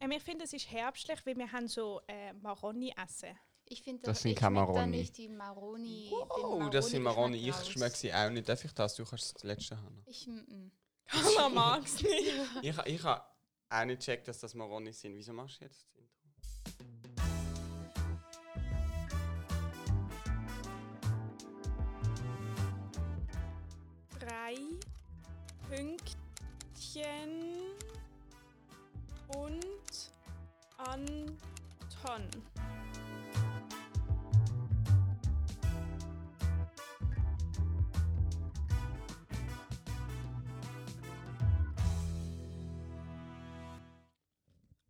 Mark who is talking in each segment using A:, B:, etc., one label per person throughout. A: Aber ich finde, Äh, es ist herbstlich, weil wir haben so äh, Maroni essen.
B: Ich finde,
C: Das
B: aber
C: sind
B: ich
C: keine
B: schmeck da
C: Maroni.
B: nicht die Maroni. den
D: Oh, das sind Maroni. Ich
B: Maroni-Geschmack
D: schmecke
B: raus.
D: sie auch nicht. Darf ich das? Du kannst das letzte haben.
B: Ich, mm, mm.
A: Carla mag es nicht.
D: Ich, ich habe auch nicht gecheckt, dass das Maroni sind. Wieso machst du jetzt das Intro?
A: Drei Pünktchen und Anton.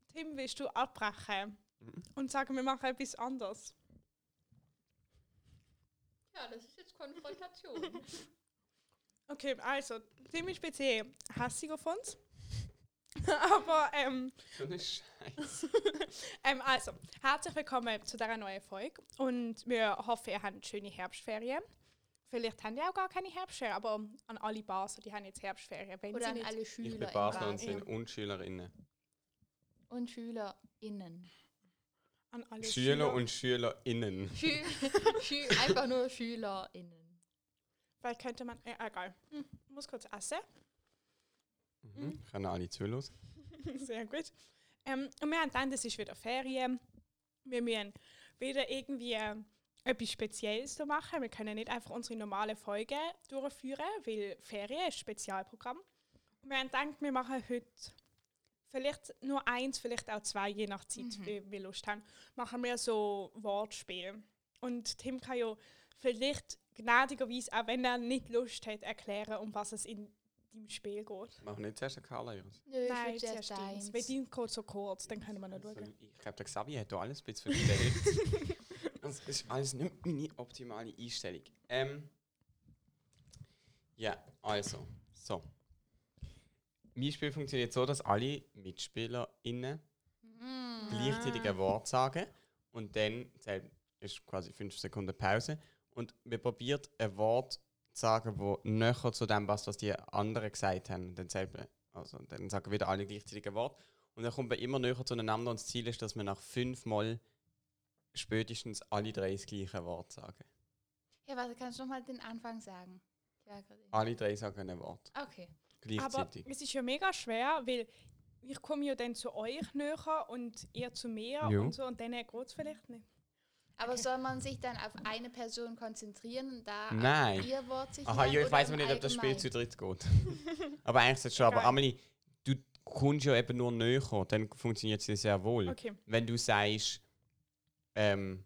A: Tim, willst du abbrechen und sagen, wir machen etwas anderes?
B: Ja, das ist jetzt Konfrontation.
A: Okay, also, Tim ist speziell hassig auf uns. Aber, ähm,
D: So eine Scheiße.
A: ähm, also, herzlich willkommen zu dieser neuen Folge. Und wir hoffen, ihr habt schöne Herbstferien. Vielleicht haben die auch gar keine Herbstferien, aber an alle Basler, die haben jetzt Herbstferien. Wenn
B: Oder
A: sie
B: an
A: nicht,
B: alle
D: Ich
B: Schüler
D: bin
B: in
D: Basler und
B: Basel.
D: sind und Schülerinnen.
B: und SchülerInnen.
A: an alle
D: Schüler und Schülerinnen.
B: Schü Schü einfach nur SchülerInnen.
A: Weil könnte man, äh, egal. Hm, muss kurz essen.
D: Mhm. Können alle zuhören.
A: Sehr gut. Ähm, und wir haben dann, das ist wieder Ferien. Wir müssen wieder irgendwie äh, etwas Spezielles da machen. Wir können nicht einfach unsere normale Folge durchführen, weil Ferien ist ein Spezialprogramm. Und wir haben gedacht, wir machen heute vielleicht nur eins, vielleicht auch zwei, je nach Zeit, wie wir Lust haben. Machen wir so Wortspiel. Und Tim kann ja vielleicht gnädigerweise, auch wenn er nicht Lust hat, erklären, um was es in dem Spiel geht.
D: Mach nicht zuerst den Carla, Jonas.
B: Nö,
A: Nein,
B: ich will zuerst
A: zuerst deins.
B: deins.
A: Weil dein geht so kurz, dann können wir noch
D: Also,
A: schauen.
D: ich glaube, der Xavi hat hier alles ein bisschen verstellt. das ist alles nicht meine optimale Einstellung. Ähm, ja, also, so. Mein Spiel funktioniert so, dass alle MitspielerInnen gleichzeitig ein Wort sagen und dann zählt, ist quasi 5 Sekunden Pause und wir probiert ein Wort zu sagen, wo näher zu dem passt, was die anderen gesagt haben. Dann, zählt man, also, dann sagen wieder alle gleichzeitig ein Wort und dann kommt man immer näher zueinander und das Ziel ist, dass wir nach fünfmal spätestens alle drei das gleiche Wort sagen.
B: Ja, warte, kannst du nochmal den Anfang sagen? Ja, gerade.
D: Alle drei sagen ein Wort.
B: Okay.
A: Aber
D: Gleichzeitig.
A: es ist ja mega schwer, weil ich komme ja dann zu euch näher und ihr zu mir
D: Ja.
A: und so und dann geht es vielleicht nicht.
B: Aber soll man sich dann auf eine Person konzentrieren und da auf
D: Nein.
B: ihr Wort sich
D: Aha,
B: merken
D: ja, ich
B: oder
D: weiß
B: im
D: mir nicht, ob das Spiel
B: Allgemeinen?
D: zu dritt geht. aber eigentlich ist es schon. Aber
A: Geil.
D: Amelie, du kommst ja eben nur näher, dann funktioniert es ja sehr wohl.
A: Okay.
D: Wenn du sagst, ähm,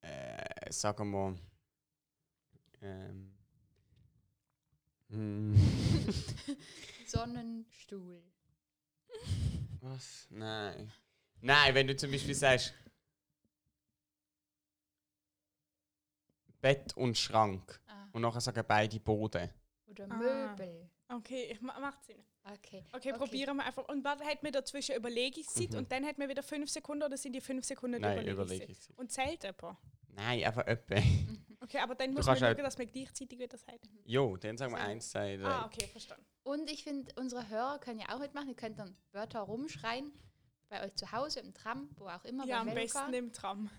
D: äh, sagen wir, ähm, hm,
B: Sonnenstuhl.
D: was? Nein. Nein, wenn du zum Beispiel sagst, Bett und Schrank
B: Ah.
D: und nachher sagen beide Boden.
B: Oder
A: Ah.
B: Möbel.
A: Okay, ich ma macht Sinn.
B: Okay.
A: Okay, probieren wir einfach. Und dann hat man dazwischen Überlegungszeit und dann hat man wieder fünf Sekunden oder sind die fünf Sekunden
D: Mhm. Nein,
A: Überlegungszeit?
D: überlege ich.
A: Und zählt jemand.
D: Nein, einfach öppe.
A: Okay, aber dann
D: Du
A: muss man
D: kannst halt auch-
A: schauen, dass man gleichzeitig wieder sagt.
D: Jo, dann sagen wir
A: So.
D: eins, zwei, drei.
A: Ah, okay, verstanden.
B: Und ich finde, unsere Hörer können ja auch mitmachen. Ihr könnt dann Wörter rumschreien. Bei euch zu Hause, im Tram, wo auch immer.
A: Ja,
B: beim
A: am
B: Velofahren.
A: besten im Tram.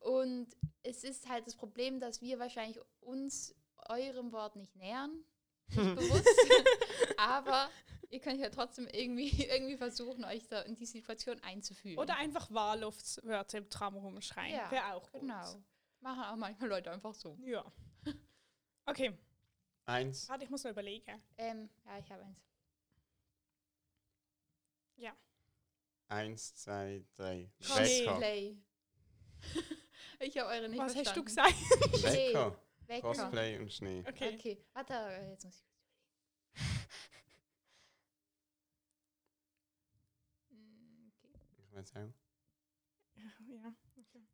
B: Und es ist halt das Problem, dass wir wahrscheinlich uns eurem Wort nicht nähern. Nicht bewusst. Aber ihr könnt ja trotzdem irgendwie, irgendwie versuchen, euch da in die Situation einzufühlen.
A: Oder einfach Wahlluftwörter im Tram rumschreien.
B: Mhm. Ja,
A: Wäre auch gut.
B: Genau. Machen auch manchmal Leute einfach so.
A: Ja. Okay,
D: Eins.
A: warte, ich muss noch überlegen.
B: Ähm, ja, ich habe eins.
D: Eins, zwei, drei.
A: Schnee.
D: Wecker.
B: Play. ich habe eure nicht
A: Was hast du
B: verstanden.
A: gesagt?
B: Schnee.
D: Wecker.
B: Wecker.
D: Cosplay und Schnee.
A: Okay.
B: Okay, warte, äh, jetzt muss ich Mm, okay.
D: Ich weiß auch.
A: Ja.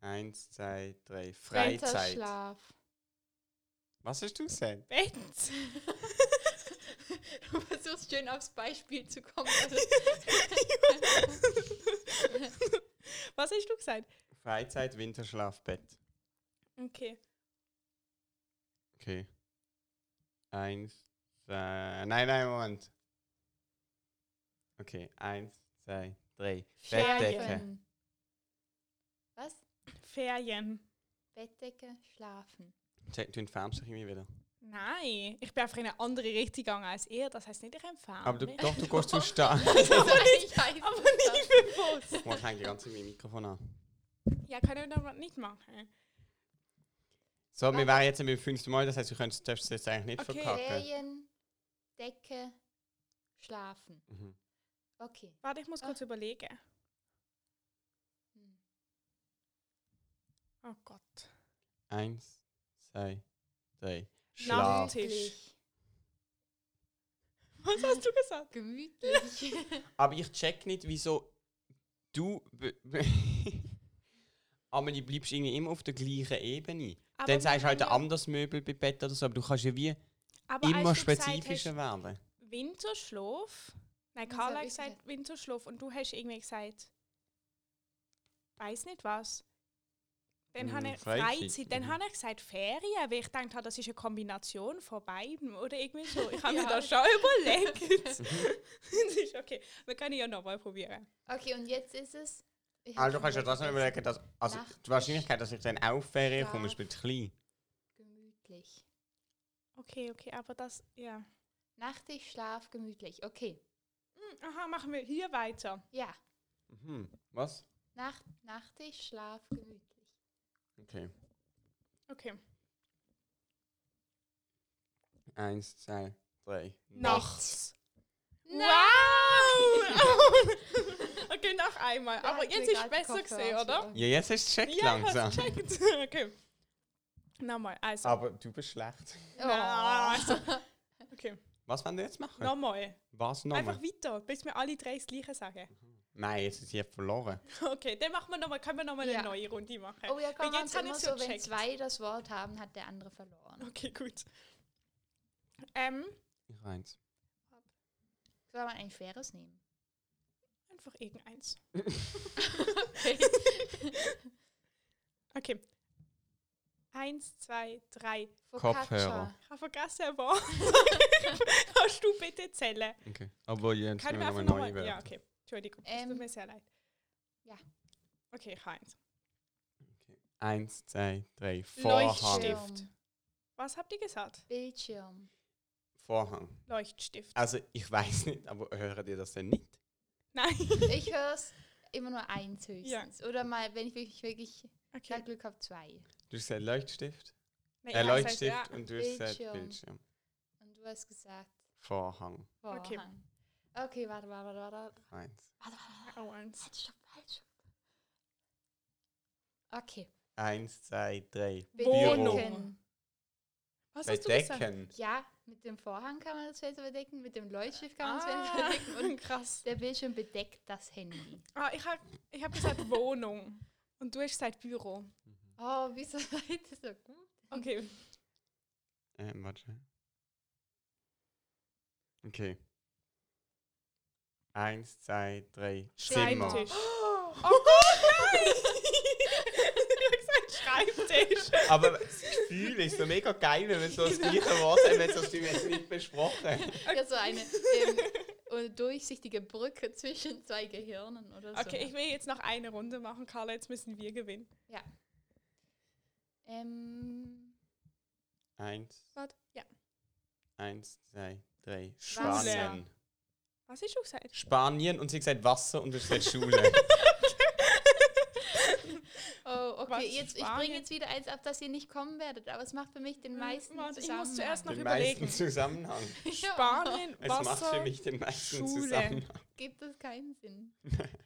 D: Eins, zwei, drei. Freizeit.
B: Winterschlaf.
D: Was hast du gesagt?
A: Bett.
B: Du versuchst schön aufs Beispiel zu kommen. Also,
A: Was hast du gesagt?
D: Freizeit, Winterschlaf, Bett.
A: Okay.
D: Okay. Eins, zwei. Nein, nein, Moment. Okay, eins, zwei, Drei. Bettdecke.
B: Schlafen. Was?
A: Ferien.
B: Bettdecke, schlafen.
D: Check, Du entfernst dich irgendwie wieder.
A: Nein, ich bin einfach in eine andere Richtung gegangen als ihr. Das heißt nicht, ich empfange.
D: Aber du, doch, du gehst zu stark.
B: aber nicht,
A: Aber nicht bewusst.
D: Ich hänge die ganze Zeit mein Mikrofon an.
A: ja, kann ich aber nicht machen.
D: So, wir wären jetzt beim fünften Mal, das heisst, du könntest, darfst es jetzt eigentlich nicht
A: Ah. Okay.
D: verkacken.
B: Ferien, Decke, schlafen.
D: Mhm.
B: Okay.
A: Warte, ich muss kurz überlegen.
B: Ah. Hm.
A: Oh Gott.
D: Eins, zwei, drei.
A: Schlaf.
D: Schlaf.
B: Gemütlich.
A: Was hast du gesagt?
B: Gemütlich.
D: Aber ich check nicht, wieso du. b- b- aber du bleibst irgendwie immer auf der gleichen Ebene.
A: Aber
D: Dann sagst du halt
A: wenn
D: ein
A: wir-
D: anderes Möbel bei Bett oder so, aber du kannst ja wie
A: aber als
D: immer
A: du gesagt
D: spezifischer werden.
A: hast, Winterschlaf. Nein,
B: Was
A: Carla
B: hab
A: hat
B: ich
A: gesagt Winterschlaf und du hast irgendwie gesagt, weiß nicht was. Dann
D: Hm,
A: habe ich
D: Freizeit,
A: Freizeit, dann
D: mhm.
A: habe ich gesagt Ferien, weil ich gedacht habe, das ist eine Kombination von beiden oder irgendwie so. Ich habe mir
B: Ja.
A: das schon überlegt. das ist okay. Wir können ja nochmal probieren.
B: Okay, und jetzt ist es. Ich hab
D: Also, du
B: schon
D: kannst
B: wieder
D: ja trotzdem
B: vergessen.
D: überlegen, dass. Also,
B: Nachttisch.
D: die Wahrscheinlichkeit, dass ich dann auch Ferien komme, ist
B: Schlaf.
D: mit klein.
B: Gemütlich.
A: Okay, okay, aber das, ja.
B: Nachtig, Schlaf, gemütlich. Okay.
A: Hm, Aha, machen wir hier weiter.
B: Ja.
D: Mhm. Was?
B: Nacht, Nachtig, Schlaf, gemütlich.
D: Okay.
A: Okay.
D: Eins, zwei, drei.
A: Nachts.
B: Wow!
A: Okay, noch einmal.
B: Der
A: Aber
B: hat
A: jetzt
B: mir
A: ist
B: grad die
A: besser gesehen,
B: Kopfhörer
A: oder?
B: ausgezogen.
D: Ja, jetzt hast du es gecheckt
A: Ja, ich
D: langsam.
A: hab's gecheckt. Okay. Nochmal, also.
D: Aber du bist schlecht.
A: Ah,
B: Oh.
A: Okay,
D: Was wollen wir jetzt machen?
A: nochmal.
D: Was Halt. nochmal?
A: Einfach weiter, bis wir alle drei das Gleiche sagen.
D: Nein, jetzt ist sie verloren.
A: Okay, dann machen wir noch mal, können wir nochmal eine
B: Ja.
A: neue Runde machen.
B: Oh ja,
A: Weil
B: komm,
A: jetzt
B: jetzt
A: hab
B: immer
A: ich's
B: so, wenn
A: gecheckt.
B: zwei das Wort haben, hat der andere verloren.
A: Okay, gut. Ähm,
D: Ich eins.
B: Soll man ein schweres nehmen?
A: einfach irgendeins.
B: Okay.
A: Okay. Eins, zwei, drei.
B: Focaccia.
D: Kopfhörer.
A: Ich habe vergessen, ein Wort. Kannst du bitte zählen?
D: Okay. Aber jetzt
A: Kann ich mir
D: noch
A: einfach
D: mal
A: nochmal.
D: neu werden.
A: Ja, okay. Entschuldigung, es tut
B: Ähm,
A: mir sehr leid.
B: ja.
A: Okay, ich habe eins.
D: Eins, zwei, drei. Vorhang.
A: Leuchtstift.
B: Bildschirm.
A: Was habt ihr gesagt?
B: Bildschirm.
D: Vorhang.
A: Leuchtstift.
D: Also, ich weiß nicht, aber hören die das denn nicht?
A: Nein.
B: Ich höre es immer nur eins höchstens. Oder mal, wenn ich wirklich, wirklich
A: Okay.
B: kein Glück habe, zwei.
D: Du hast gesagt Leuchtstift.
A: Nein, ich
D: äh,
A: hab gesagt,
D: Leuchtstift
A: ja.
D: und du hast gesagt
B: Bildschirm.
D: Bildschirm.
B: Und du hast gesagt,
D: Vorhang.
B: Vorhang.
A: Okay.
B: Okay, okay warte, warte, warte, warte.
D: Eins.
A: Auch eins.
B: Halt, stopp, halt, stopp. Okay.
D: Eins, zwei, drei.
A: Wohnung.
B: Bedecken.
A: Was hast du gesagt?
D: Bedecken.
B: Ja, mit dem Vorhang kann man das Fenster bedecken, mit dem Leuchtschiff kann man das
A: Ah,
B: Fenster bedecken und
A: krass.
B: der Bildschirm bedeckt das Handy.
A: Ah, ich habe ich hab gesagt Wohnung. Und du hast gesagt Büro.
B: Oh, wieso seid ihr so gut?
A: Okay.
D: Ähm, warte. Okay. Eins, zwei, drei. Zimmer.
A: Schreibtisch. Oh, Gott, nein! ich habe gesagt Schreibtisch.
D: Aber das Gefühl ist so mega geil, wenn man so das gleiche
A: Genau.
D: Wort hat, wenn das du jetzt nicht besprochen
B: Ja, so eine ähm, und durchsichtige Brücke zwischen zwei Gehirnen oder so.
A: Okay, ich will jetzt noch eine Runde machen, Carla. Jetzt müssen wir gewinnen.
B: Ähm,
D: Eins,
A: Warte. Ja.
D: eins, zwei, drei.
B: Wasser.
D: Spanien.
A: Was hast du gesagt?
D: Spanien und sie hat gesagt Wasser und du hast gesagt Schule.
B: oh, okay,
A: Was,
B: jetzt, ich
A: Spanien?
B: bringe jetzt wieder eins auf, dass ihr nicht kommen werdet, aber es macht für mich den
A: Hm,
B: meisten
A: warte, ich
B: Zusammenhang.
A: muss zuerst noch-
D: den
A: überlegen.
D: meisten Zusammenhang.
B: Ja,
A: Spanien,
D: Es
A: Wasser.
D: macht für mich den meisten
A: Schule.
D: Zusammenhang.
B: Gibt es keinen Sinn.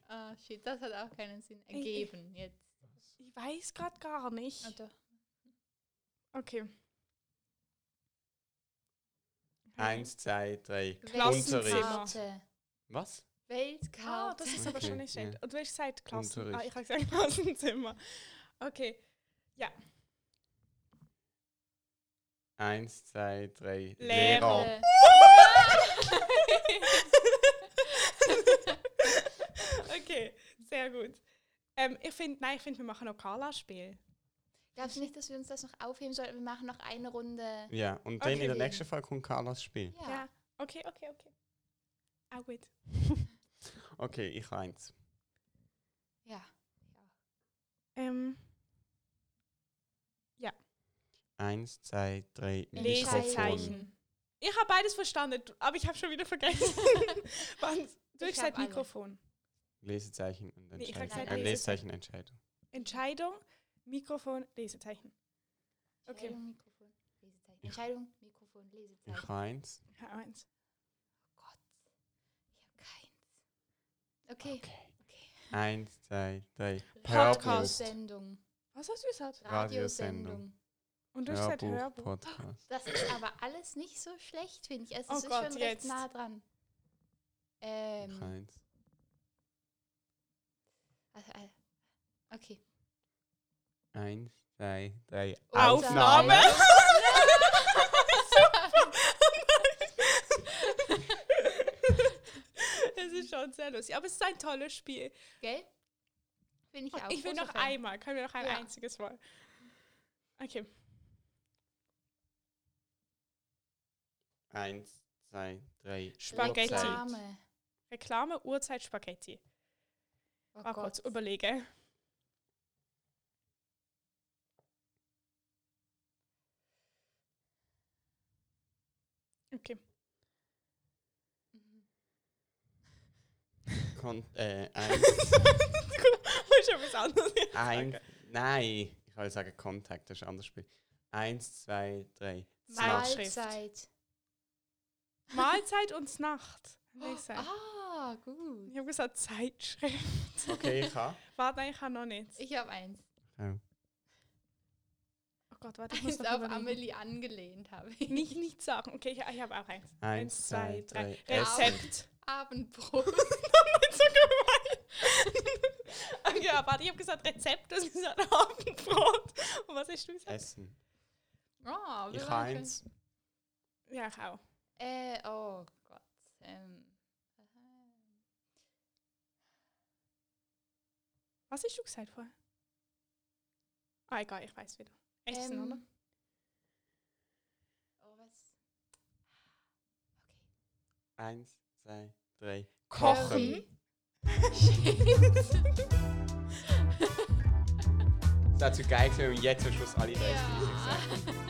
B: Ah, shit, das hat auch keinen Sinn ergeben jetzt.
A: Ich weiß gerade gar nicht.
B: Ah, doch.
A: Okay.
D: Eins, zwei, drei.
A: Klassenzimmer.
D: Unterricht.
B: Weltkarte.
D: Was?
A: Ah,
B: Weltkarte.
A: das ist aber
D: Okay,
A: schon nicht schlecht.
D: ja.
A: Und du hast gesagt Klassen. Ah,
D: Unterricht.
A: ich habe gesagt Klassenzimmer. Okay.
D: Eins, zwei, drei.
A: Lehrer.
B: Äh,
A: okay, sehr gut. Ähm, ich finde, nein, ich finde, wir machen noch Carla-Spiel.
B: Glaubst du nicht, dass wir uns das noch aufheben sollten? Wir machen noch eine Runde.
D: Ja, und dann in der
B: Okay.
D: nächsten Folge kommt Carlos Spiel.
A: Ja. Okay, okay, okay. Auch gut.
D: Okay, ich eins.
B: Ja.
A: Ähm,
D: Eins, zwei, drei,
B: Lesezeichen.
D: Mikrofon.
A: Lesezeichen. Ich habe beides verstanden, aber ich habe schon wieder vergessen. Wann- Du hast
B: Ich hab
A: gesagt
B: alle.
A: Mikrofon.
D: Lesezeichen und
A: Nee, ich hab
D: Entscheidung.
B: gesagt
D: Ein
B: Lesezeichen.
D: Lesezeichen, Entscheidung.
A: Entscheidung, Mikrofon, Lesezeichen. Okay.
B: Entscheidung, Mikrofon, Lesezeichen. Entscheidung, Mikrofon, Lesezeichen.
D: Ich habe eins.
A: H1.
B: Oh Gott. Ich habe keins. Okay. Okay.
D: Eins, zwei, drei.
A: Podcast.
D: Purpose.
B: Sendung.
A: Was hast du gesagt?
D: Radiosendung.
B: Radiosendung.
A: Und du hast gesagt
D: Hörbuch,
A: Hörbuch.
D: Podcast.
B: Das ist aber alles nicht so schlecht, finde ich. Also
A: Oh
B: es ist
A: Gott,
B: schon
A: jetzt.
B: recht nah dran.
D: Ich
B: Ähm,
D: hab Eins.
B: also, äh, okay.
D: Eins, zwei, drei.
B: Aufnahme.
D: Aufnahme.
A: Das ist schon sehr lustig. Aber es ist ein tolles Spiel.
B: Gell? Bin ich auch.
A: ich will
B: großer
A: noch
B: Fan.
A: einmal. Können wir noch ein
B: Ja.
A: einziges Mal? Okay.
D: Eins, zwei, drei.
A: Spaghetti.
D: Uhrzeit.
B: Reklame.
A: Reklame, Uhrzeit, Spaghetti.
B: Oh
A: Mal kurz überlege. Okay.
B: Mhm.
D: Kon äh, eins,
A: Muss schon was anderes jetzt
D: eins.
A: sagen.
D: Nein, ich wollte sagen Kontakt, das ist ein anderes Spiel. Eins, zwei, drei. Snack.
A: Mahlzeit.
B: Mahlzeit.
A: Mahlzeit und Nacht. Lesen.
B: Ah, gut.
A: Ich habe gesagt Zeitschrift.
D: Okay, ich habe.
A: Warte, nein, ich habe noch nichts.
B: Ich habe eins.
A: Oh Gott, warte, ich muss
B: Eins
A: noch
B: auf
A: überlegen.
B: Amelie angelehnt habe ich.
A: Nicht, nicht sagen. Okay, ich, ich habe auch eins.
D: Eins, zwei, drei.
A: Rezept.
B: Abendbrot.
A: Damit so gemein. okay, ja, warte, ich habe gesagt Rezept, das ist ein Abendbrot. Und was hast du gesagt?
D: Essen.
B: Oh, wir
D: Ich habe
B: waren schon-
D: eins.
A: Ja, ich auch.
B: Äh, oh Gott. Ähm. aha.
A: Was hast du gesagt vorher? Ah, egal, ich weiß wieder. Essen,
B: ähm.
A: oder?
B: Oh, was?
D: Eins, zwei, drei.
A: Kochen.
D: Es wäre zu geil, gewesen, wenn wir jetzt am Schluss alle drei das
B: Ja.
D: Gleiche gesagt hätten.